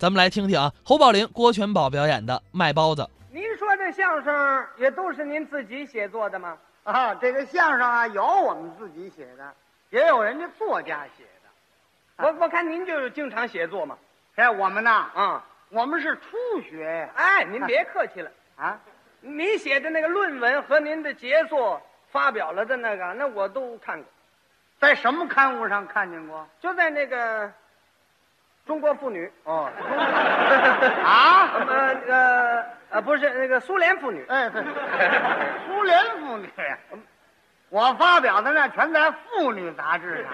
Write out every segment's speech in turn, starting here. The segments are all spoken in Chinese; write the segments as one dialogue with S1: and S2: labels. S1: 咱们来听听啊，侯宝林、郭全宝表演的《卖包子》。
S2: 您说这相声也都是您自己写作的吗？
S3: 啊，这个相声啊，有我们自己写的，也有人家作家写的。
S2: 我我看您就是经常写作嘛。
S3: 哎，我们呐，
S2: 啊，
S3: 我们是初学呀、
S2: 哎，您别客气了，
S3: 啊，
S2: 你写的那个论文和您的杰作发表了的那个，那我都看过，
S3: 在什么刊物上看见过？
S2: 就在那个《中国妇女》
S3: 哦，
S2: 呃
S3: 啊，
S2: 呃呃，不是那个苏联妇女，
S3: 哎，对，苏联妇女，我发表的那全在妇女杂志上。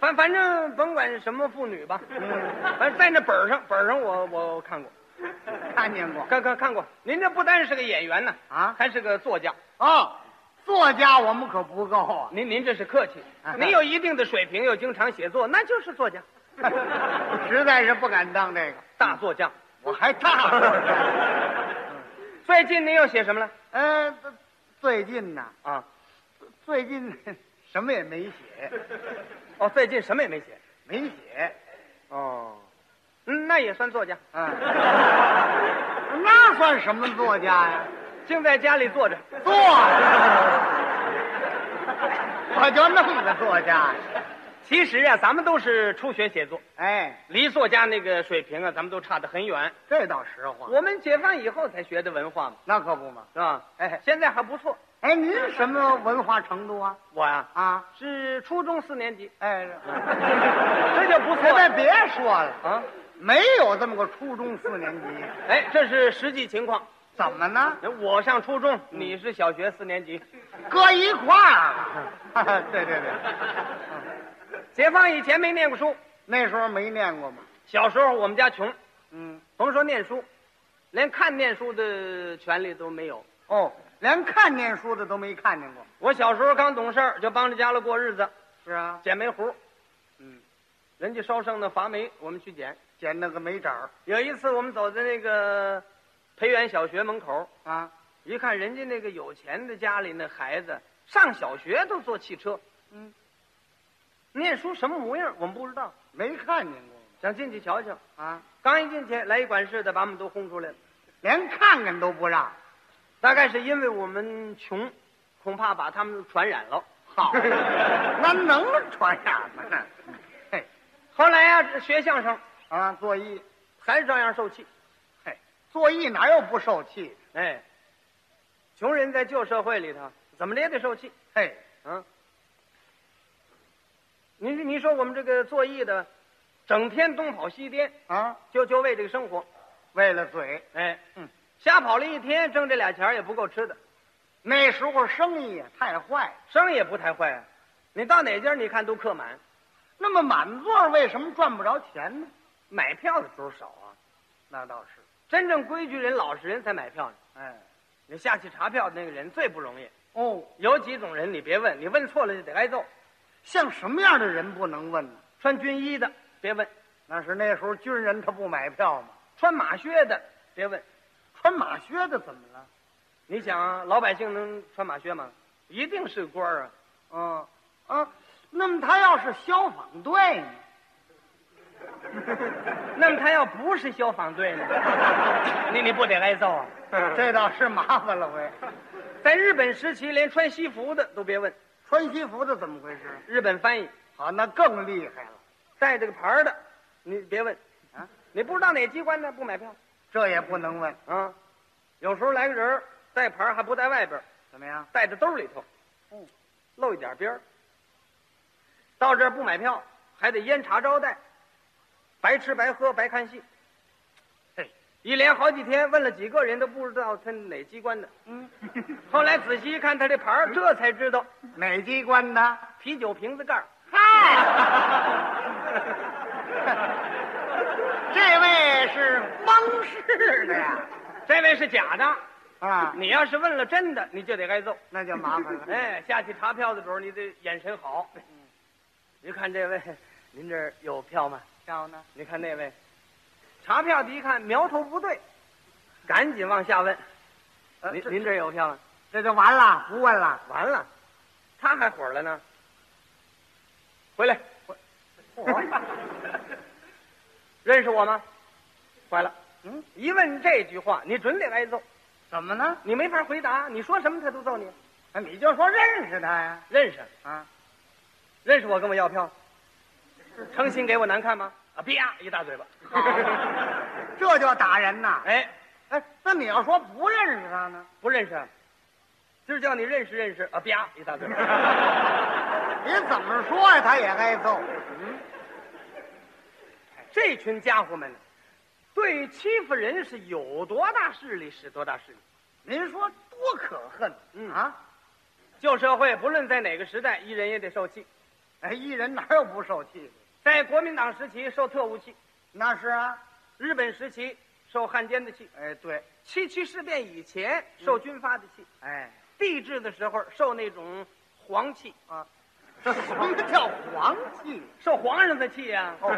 S2: 反反正甭管什么妇女吧，
S3: 嗯
S2: 反正在那本儿上本儿上我我看过，
S3: 看见过
S2: 看看看过。您这不单是个演员呢，
S3: 啊
S2: 还是个作家。
S3: 哦，作家我们可不够啊。
S2: 您您这是客气
S3: 啊，
S2: 您有一定的水平，又经常写作，那就是作 家，
S3: 实在是不敢当这个，
S2: 大作家。
S3: 我还大作家。
S2: 最近您又写什么了？
S3: 呃，最近呢，
S2: 啊，
S3: 最近什么也没写，
S2: 哦，最近什么也没写。
S3: 没写，
S2: 哦，嗯，那也算作家，
S3: 啊，那算什么作家呀？
S2: 净在家里坐着。
S3: 作家，我就弄个作家。
S2: 其实啊，咱们都是初学写作，
S3: 哎，
S2: 离作家那个水平啊，咱们都差得很远。
S3: 这倒实话，
S2: 我们解放以后才学的文化嘛，
S3: 那可不嘛。
S2: 是吧？
S3: 哎
S2: 现在还不错。
S3: 哎，您什么文化程度啊？
S2: 我呀、
S3: 啊，
S2: 是初中四年级，
S3: 哎，
S2: 这就不
S3: 现
S2: 错
S3: 在
S2: 了
S3: 别说了。
S2: 啊。
S3: 没有这么个初中四年级，
S2: 哎，这是实际情况。
S3: 怎么呢？
S2: 我上初中，你是小学四年级。
S3: 搁一块儿了。 对对对，
S2: 解放以前没念过书，
S3: 那时候没念过嘛。
S2: 小时候我们家穷，
S3: 嗯，
S2: 甭说念书，连看念书的权利都没有。
S3: 哦，连看念书的都没看见过。
S2: 我小时候刚懂事儿，就帮着家里过日子，
S3: 是啊，
S2: 捡煤糊。
S3: 嗯，
S2: 人家烧剩的伐煤，我们去捡。
S3: 捡那个煤渣儿
S2: 有一次，我们走在那个培元小学门口，
S3: 啊。
S2: 一看人家那个有钱的家里那孩子，上小学都坐汽车，
S3: 嗯，
S2: 念书什么模样我们不知道，
S3: 没看见过
S2: 想进去瞧瞧。
S3: 啊，
S2: 刚一进去，来一管事的把我们都轰出来了。
S3: 连看看都不让。
S2: 大概是因为我们穷，恐怕把他们传染了。
S3: 好，那能传染吗？ 嘿，
S2: 后来呀、这学相声
S3: 啊，作揖，
S2: 还是照样受气。
S3: 嘿，作揖哪有不受气？
S2: 哎，穷人在旧社会里头怎么着也得受气。
S3: 嘿，
S2: 嗯，你你说我们这个做艺的，整天东跑西颠，
S3: 啊，
S2: 就就为这个生活。
S3: 为了嘴，
S2: 哎，
S3: 嗯，
S2: 瞎跑了一天，挣这俩钱儿也不够吃的，
S3: 那时候生意也太坏了。
S2: 生意也不太坏啊。你到哪家儿你看都客满，
S3: 那么满座为什么赚不着钱呢？
S2: 买票的时候少啊。
S3: 那倒是，
S2: 真正规矩人、老实人才买票呢。
S3: 哎，
S2: 你下去查票的那个人最不容易，
S3: 哦，
S2: 有几种人你别问，你问错了就得挨揍。
S3: 像什么样的人不能问呢？
S2: 穿军衣的别问，
S3: 那是那时候军人他不买票嘛，
S2: 穿马靴的别问。
S3: 穿马靴的怎么了？
S2: 你想啊，老百姓能穿马靴吗？一定是官儿啊！
S3: 哦，啊，那么他要是消防队呢？
S2: 那么他要不是消防队呢？ 你你不得挨揍啊！
S3: 这倒是麻烦了喂，
S2: 在日本时期，连穿西服的都别问，
S3: 穿西服的怎么回事？
S2: 日本翻译
S3: 好，那更厉害了，
S2: 带这个牌儿的，你别问
S3: 啊，
S2: 你不知道哪机关的不买票
S3: 这也不能问，
S2: 啊。有时候来个人儿带牌儿还不带外边儿，
S3: 怎么样？
S2: 带着兜里头，
S3: 哦，
S2: 露一点边儿。到这儿不买票，还得烟茶招待，白吃白喝白看戏。
S3: 嘿，
S2: 一连好几天问了几个人都不知道他哪机关的，
S3: 嗯，
S2: 后来仔细一看他这牌儿，这才知道
S3: 哪机关的？
S2: 啤酒瓶子盖儿。
S3: 嗨，这位是蒙氏的呀，
S2: 这位是假的，
S3: 啊，
S2: 你要是问了真的，你就得挨揍。
S3: 那就麻烦了。
S2: 哎，下去查票的时候，你得眼神好。您看这位，您这儿有票吗？
S3: 票呢？
S2: 你看那位，查票的一看苗头不对，赶紧往下问。
S3: 呃
S2: 您
S3: 这
S2: 您这儿有票吗？
S3: 这就完了，不问了。
S2: 完了，他还火了呢。回来， 认识我吗？坏了，
S3: 嗯，
S2: 一问这句话，你准得挨揍，
S3: 怎么呢？
S2: 你没法回答，你说什么他都揍你。
S3: 啊你就说认识他呀？
S2: 认识，
S3: 啊，
S2: 认识我跟我要票，诚心给我难看吗？啊，啪一大嘴巴。
S3: 哦 这就打人 呐？
S2: 哎，
S3: 哎，那你要说不认识他呢？
S2: 不认识啊，今儿叫你认识认识啊，啪一大嘴巴。
S3: 你怎么说呀？他也挨揍。
S2: 这群家伙们，对欺负人是有多大势力使多大势力。
S3: 您说多可恨
S2: 嗯
S3: 啊！
S2: 旧社会不论在哪个时代，一人也得受气。
S3: 哎，一人哪有不受气的？
S2: 在国民党时期受特务气，
S3: 那是啊，
S2: 日本时期受汉奸的气，
S3: 哎对，
S2: 七七事变以前受军阀的气，
S3: 哎，
S2: 帝制的时候受那种皇气啊，
S3: 这什么叫皇气？
S2: 受皇上的气呀、
S3: 哦，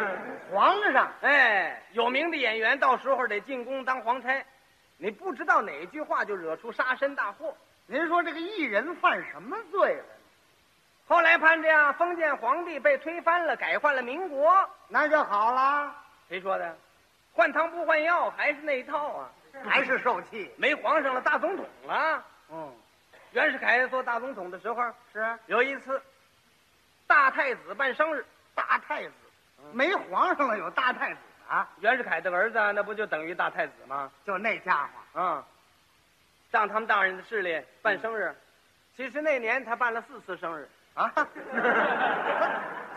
S3: 皇上
S2: 哎，有名的演员到时候得进宫当皇差，你不知道哪句话就惹出杀身大祸。
S3: 您说这个艺人犯什么罪了？
S2: 后来盼着呀，封建皇帝被推翻了，改换了民国，
S3: 那就好啦，
S2: 谁说的？换汤不换药，还是那一套啊！
S3: 还是受气。
S2: 没皇上了，大总统了。
S3: 嗯，
S2: 袁世凯做大总统的时候，
S3: 是啊
S2: 有一次，大太子办生日，
S3: 大太子，没皇上了，有大太子啊，
S2: 袁世凯的儿子啊那不就等于大太子吗？
S3: 就那家伙。
S2: 啊，仗他们大人的势力办生日，其实那年他办了四次生日。
S3: 啊， 他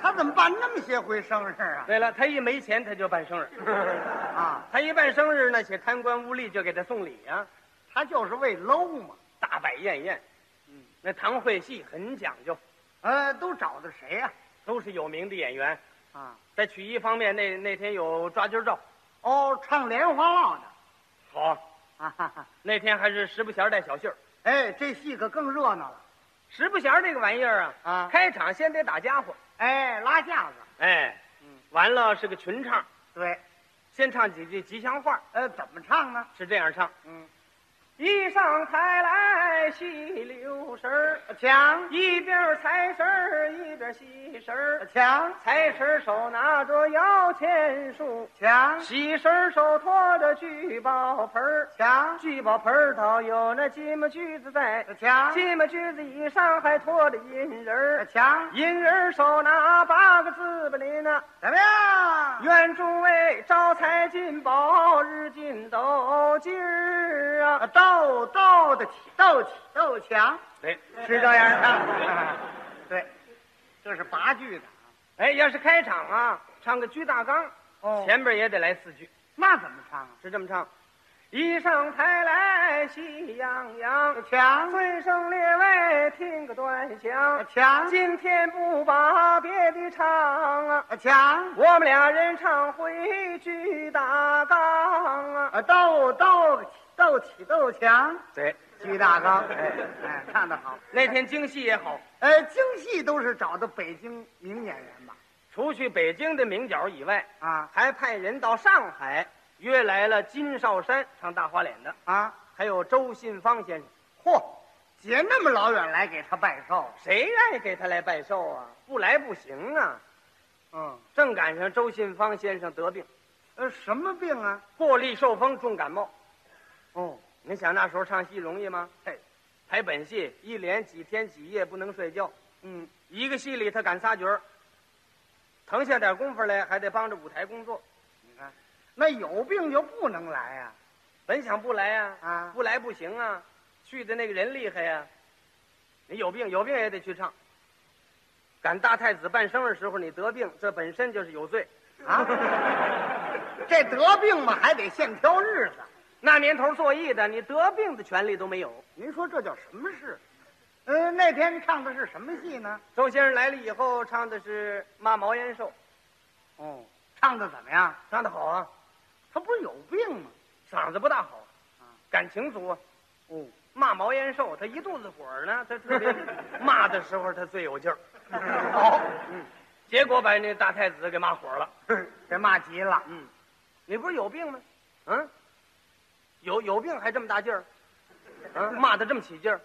S3: 他怎么办那么些回生日啊？
S2: 对了，他一没钱他就办生日，
S3: 啊，
S2: 他一办生日那些贪官污吏就给他送礼啊，
S3: 他就是为搂嘛。
S2: 大摆宴宴。嗯，那堂会戏很讲究，
S3: 呃，都找的谁呀、
S2: 都是有名的演员。
S3: 啊？
S2: 在曲艺方面，那那天有抓阄照，
S3: 哦，唱莲花落的
S2: 好，
S3: 啊哈哈。
S2: 那天还是十不弦带小戏儿。
S3: 哎，这戏可更热闹了
S2: 十不弦这个玩意儿啊，
S3: 啊！
S2: 开场先得打家伙，
S3: 哎，拉架子，
S2: 哎，完了是个群唱，
S3: 对，
S2: 先唱几句吉祥话，
S3: 呃，怎么唱呢？
S2: 是这样唱：
S3: 嗯，
S2: 一上台来细溜神儿，
S3: 抢
S2: 一边儿财神儿一边儿戏神儿，
S3: 抢
S2: 财神儿手拿着摇钱树，
S3: 抢
S2: 喜神儿手托着聚宝盆儿，
S3: 抢
S2: 聚宝盆儿头有那金木锯子在，
S3: 抢
S2: 金木锯子以上还托着银人儿，
S3: 抢，
S2: 银人儿手拿八个字不林呐、
S3: 怎么样？
S2: 愿诸位招财进宝，日进斗金儿啊！
S3: 斗斗的起，斗起斗强，
S2: 对，
S3: 是这样唱的。对，这是八句的。
S2: 啊
S3: 啊
S2: 哎，要是开场啊，唱个居大纲，
S3: 哦
S2: 前边也得来四句，
S3: 那怎么唱啊？
S2: 是这么唱：一上台来喜洋洋，
S3: 抢
S2: 尊声列位听个端详，
S3: 抢
S2: 今天不把别的唱啊，
S3: 抢，
S2: 我们俩人唱回居大纲啊！
S3: 呃，斗斗起斗起斗强，
S2: 对，
S3: 鞠大纲。哎哎，唱得好。
S2: 那天京戏也好，
S3: 呃，京戏都是找的北京名演员吧？
S2: 除去北京的名角以外。
S3: 啊
S2: 还派人到上海约来了金少山唱大花脸的，
S3: 啊，
S2: 还有周信芳先生。
S3: 嚯，姐那么老远来给他拜寿，
S2: 谁愿意给他来拜寿啊？不来不行啊！
S3: 嗯，
S2: 正赶上周信芳先生得病，
S3: 呃，什么病啊？
S2: 破例受风，重感冒。
S3: 哦，
S2: 你想那时候唱戏容易吗？
S3: 嘿，
S2: 排本戏一连几天几夜不能睡觉，
S3: 嗯，
S2: 一个戏里他赶仨角儿，腾下点功夫来还得帮着舞台工作。
S3: 你看，那有病就不能来啊呀、
S2: 本想不来呀、
S3: 啊，
S2: 不来不行啊，去的那个人厉害呀、你有病有病也得去唱。赶大太子办生日时候你得病，这本身就是有罪。
S3: 啊，这得病嘛还得现挑日子，
S2: 那年头做艺的，你得病的权利都没有。
S3: 您说这叫什么事？呃，那天唱的是什么戏呢？
S2: 周先生来了以后唱的是《骂毛延寿》，
S3: 哦，唱的怎么样？
S2: 唱的好啊，
S3: 他不是有病吗？
S2: 嗓子不大好
S3: 啊，
S2: 感情足啊。
S3: 哦，
S2: 骂毛延寿，他一肚子火儿呢，他特 别骂的时候他最有劲儿，
S3: 好、
S2: 结果把那大太子给骂火了。
S3: 这嗯骂急了，
S2: 嗯，你不是有病吗？嗯，有有病还这么大劲儿，嗯，骂的这么起劲儿。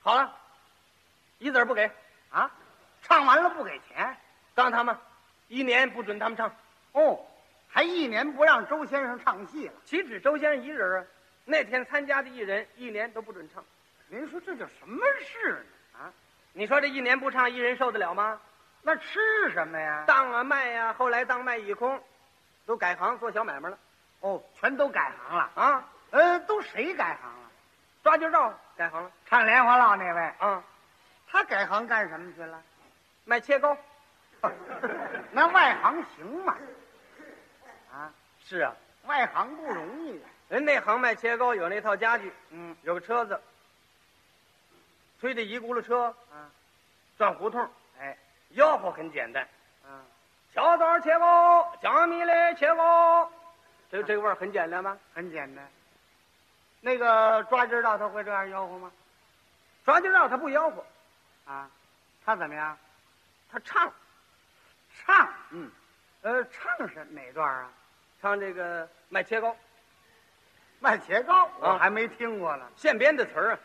S2: 好了，一子儿不给，
S3: 啊，唱完了不给钱。
S2: 让他们一年不准他们唱。
S3: 哦，还一年不让周先生唱戏了。
S2: 岂止周先生一人啊？那天参加的艺人一年都不准唱。
S3: 您说这叫什么事呢？啊，
S2: 你说这一年不唱，一人受得了吗？
S3: 那吃什么呀？
S2: 当啊卖呀、后来当卖一空，都改行做小买卖了
S3: 哦，全都改行了。
S2: 啊。
S3: 呃，都谁改行了？
S2: 抓阄照改行了
S3: 唱莲花落那位，
S2: 啊，
S3: 他改行干什么去了？
S2: 卖切糕。
S3: 那外行行吗？啊，
S2: 是啊，
S3: 外行不容易啊。
S2: 人内行卖切糕有那套家具，
S3: 嗯
S2: 有个车子，推着一轱辘车
S3: 啊，
S2: 转胡同，
S3: 哎，
S2: 吆喝很简单。
S3: 嗯，
S2: 小枣切糕，小米嘞切糕，这这个味儿很简单吧？
S3: 很简单。那个抓阄道他会这样吆喝吗？
S2: 抓阄照他不吆喝，
S3: 啊，他怎么样？
S2: 他唱
S3: 唱，
S2: 嗯，
S3: 呃，唱是哪段啊？
S2: 唱这个卖切糕
S3: 卖茄糕，
S2: 啊
S3: 我还没听过呢。
S2: 现编的词儿啊，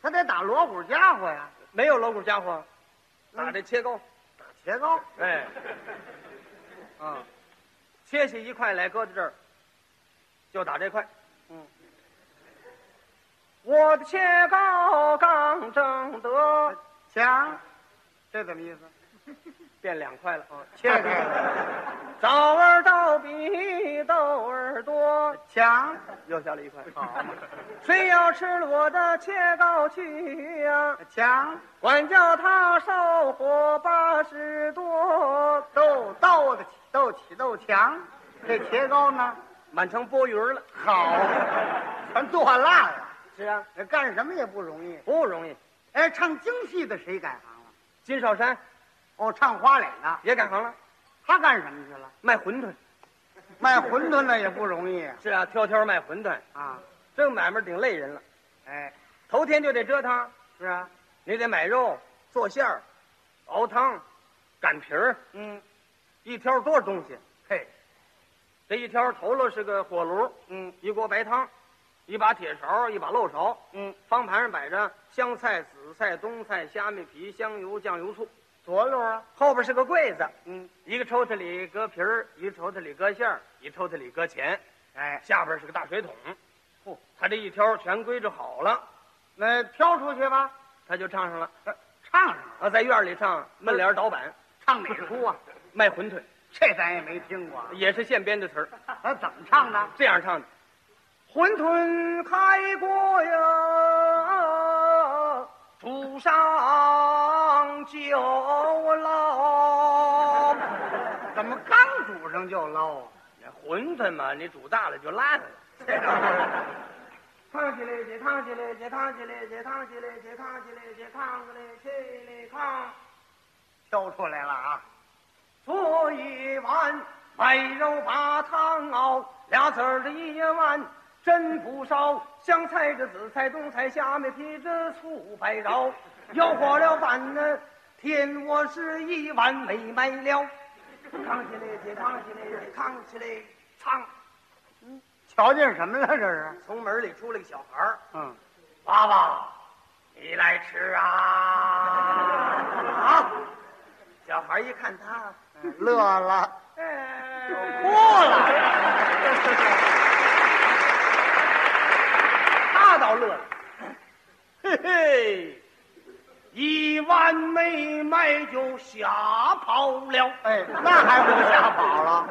S3: 他得打锣鼓家伙呀，
S2: 没有锣鼓家伙，打这切糕，
S3: 打茄糕。
S2: 哎，
S3: 嗯，
S2: 切下一块来搁在这儿，就打这块。
S3: 嗯，
S2: 我的切糕刚蒸得
S3: 强，这怎么意思？
S2: 变两块了，
S3: 哦，切开了。
S2: 枣儿倒比豆儿多，
S3: 强，
S2: 又下了一块。
S3: 好嘛，
S2: 谁要吃了我的切糕去呀、
S3: 强，
S2: 管教他烧火八十多，
S3: 豆豆的起豆起豆强，这茄糕呢？
S2: 满城拨鱼儿了。
S3: 好，全剁烂了，
S2: 是啊，
S3: 这干什么也不容易。
S2: 不容易。
S3: 哎，唱京戏的谁改行了？
S2: 金少山
S3: 哦，唱花脸的，
S2: 也改行了，
S3: 他干什么去了？
S2: 卖馄饨。
S3: 卖馄饨的也不容易啊
S2: 是啊，挑挑卖馄饨，
S3: 啊！
S2: 这个买卖顶累人了。
S3: 哎，
S2: 头天就得折腾，
S3: 是啊，
S2: 你得买肉、做馅儿、熬汤、擀皮儿，
S3: 嗯，
S2: 一挑多少东西？
S3: 嘿，
S2: 这一挑头了是个火炉，
S3: 嗯
S2: 一锅白汤，一把铁勺，一把漏勺，
S3: 嗯，
S2: 方盘上摆着香菜、紫菜、冬菜、虾米皮、香油、酱油、醋。
S3: 佐料啊，
S2: 后边是个柜子，
S3: 嗯，
S2: 一个抽屉里搁皮儿，一个抽屉里搁馅儿，一抽屉里搁钱，
S3: 哎，
S2: 下边是个大水桶。
S3: 嚯
S2: 他这一挑全归置好了，
S3: 那挑出去吧，
S2: 他就唱上了。
S3: 唱上吧
S2: 啊，在院里唱闷帘倒板，
S3: 唱哪出啊？
S2: 卖馄饨，
S3: 这咱也没听过啊，
S2: 也是现编的词儿，
S3: 那怎么唱的？
S2: 这样唱的：馄饨开锅呀，煮上酒捞。
S3: 怎么刚煮上就 捞啊？
S2: 馄饨嘛，你煮大了就烂了。
S3: 这倒是
S2: 烫起来，解烫起来，解烫起来，解烫起来，解烫起来，解烫起来，起来烫。
S3: 挑出来了啊！
S2: 做一碗白肉把汤熬，俩子儿的一碗真不少。香菜这紫菜冬菜下面提着醋白饶，要火了饭呢，天我是一碗没卖了。扛起来，姐扛起来，姐扛起来，唱。
S3: 瞧见什么了？这是？
S2: 从门里出来个小孩儿，
S3: 嗯，
S2: 娃娃，你来吃 啊！啊！小孩一看他，嗯
S3: 乐了，
S2: 哎，
S3: 哭了。
S2: 他倒乐了，嘿嘿，一碗没卖就吓跑了，
S3: 哎，那还不吓跑 了？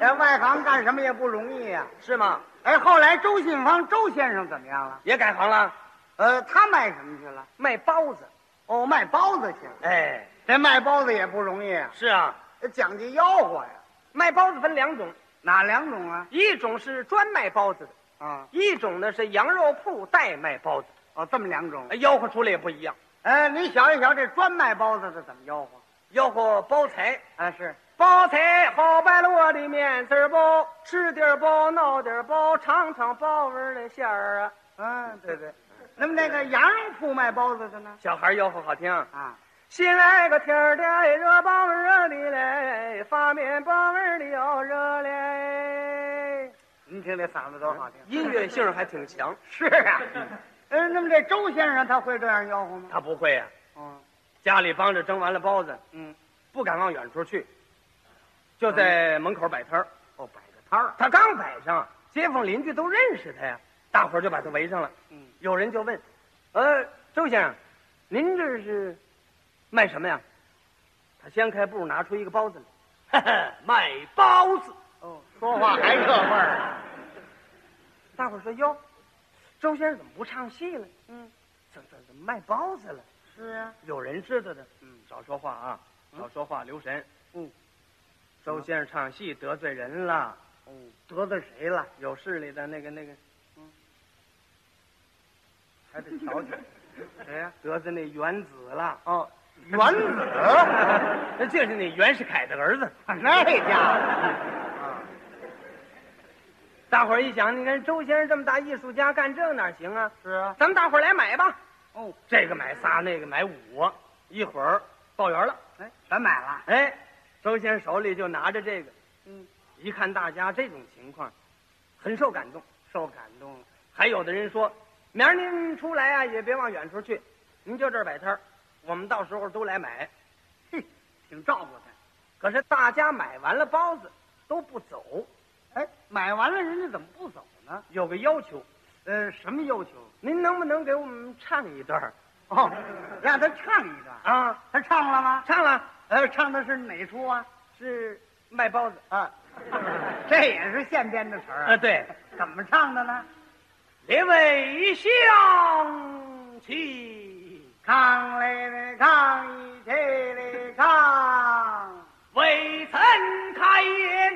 S3: 这外行干什么也不容易呀、
S2: 是吗？
S3: 哎，后来周信芳周先生怎么样了？
S2: 也改行了，
S3: 呃，他卖什么去了？
S2: 卖包子。
S3: 哦，卖包子去了。
S2: 哎，
S3: 这卖包子也不容易啊，
S2: 是啊，
S3: 讲究吆喝呀。
S2: 卖包子分两种，
S3: 哪两种啊？
S2: 一种是专卖包子的，
S3: 啊，
S2: 一种呢是羊肉铺代卖包子，
S3: 哦，这么两种。
S2: 哎吆喝出来也不一样，
S3: 哎，你瞧一瞧这专卖包子的怎么吆喝？
S2: 吆喝包菜。
S3: 啊，是
S2: 包菜好摆了我的面子儿包，吃点儿包，闹点儿包，尝尝包味儿的馅儿啊！
S3: 啊，对对。那么那个羊肉铺卖包子的呢？
S2: 小孩儿吆喝好听啊，
S3: 啊，
S2: 心爱个天儿的热包热的嘞，发面包味的要热嘞。
S3: 您听这嗓子多好听。
S2: 音乐性还挺强，
S3: 是啊，嗯，那么这周先生他会这样吆喝吗？
S2: 他不会呀、啊
S3: 嗯
S2: 家里帮着蒸完了包子，
S3: 嗯，
S2: 不敢往远处去，就在门口摆摊儿。
S3: 哎哦，摆个摊儿，
S2: 他刚摆上，街坊邻居都认识他呀，大伙儿就把他围上了。
S3: 嗯，
S2: 有人就问：“呃，周先生，您这是卖什么呀？”他掀开布，拿出一个包子来，哈哈，卖包 子。
S3: 哦，说话还 这味儿啊。
S2: 大伙儿说：“哟，周先生怎么不唱戏了？嗯，怎怎怎么卖包子了？”
S3: 是啊，
S2: 有人知道的，
S3: 嗯
S2: 少说话啊，
S3: 嗯
S2: 少说话，留神。
S3: 嗯，
S2: 周先生唱戏得罪人了，
S3: 哦，
S2: 得罪谁了？有势力的那个那个，
S3: 嗯
S2: 嗯， 还得瞧瞧， 谁呀、得罪那原子了。
S3: 哦，原子，
S2: 那这是那袁世凯的儿子。 嗯
S3: 那家伙，啊，
S2: 大伙儿一想，你看周先生这么大艺术家，干这哪行啊？
S3: 是啊，
S2: 咱们大伙儿来买吧，
S3: 哦，
S2: 这个买仨，那个买五，一会儿报圆了。
S3: 哎，咱买了，
S2: 哎，周先生手里就拿着这个，
S3: 嗯，
S2: 一看大家这种情况，很受感动，受感动了。还有的人说，明儿您出来啊，也别往远处去，您就这儿摆摊儿，我们到时候都来买。
S3: 嘿，挺照顾他。
S2: 可是大家买完了包子都不走，
S3: 哎，买完了人家怎么不走呢？
S2: 有个要求，
S3: 呃，什么要求？
S2: 您能不能给我们唱一段儿
S3: 哦， 让他唱一段。
S2: 啊？
S3: 他唱了吗？
S2: 唱了，
S3: 呃，唱的是哪出啊？
S2: 是卖包子
S3: 啊， 这也是现编的词儿
S2: 啊？
S3: 啊。
S2: 对，
S3: 怎么唱的呢？
S2: 列位乡亲，
S3: 唱嘞嘞，唱一起嘞，唱。
S2: 未曾开言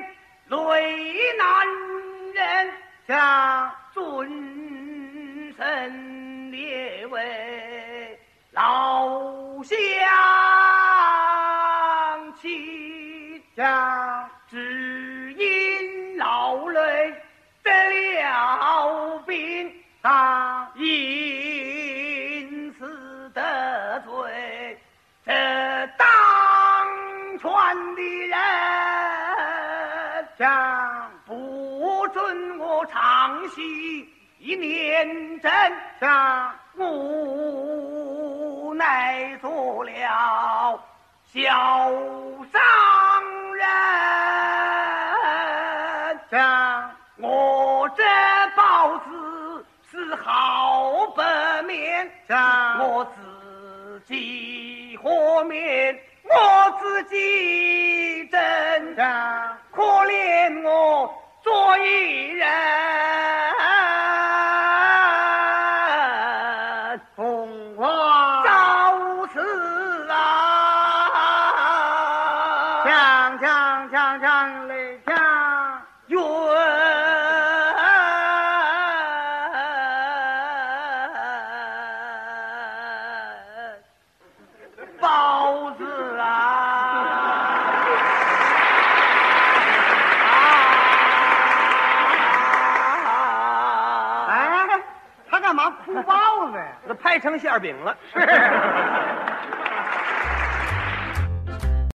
S2: 泪难忍，
S3: 像
S2: 尊身列位老乡亲，
S3: 像
S2: 只因劳累得了病。
S3: 当
S2: 因此得罪这当权的人，
S3: 像
S2: 不准我唱戏一年整，
S3: 像
S2: 无奈做了小商人。
S3: 像
S2: 我这包子是好白面，
S3: 像
S2: 我自己和面，我自己蒸，
S3: 像
S2: 可怜我做一人，
S3: 凤凰
S2: 遭此啊！
S3: 像像像像嘞像
S2: 冤包子啊！啊，
S3: 哎，他干嘛哭包子呀？
S2: 那拍成馅饼了。
S3: 是，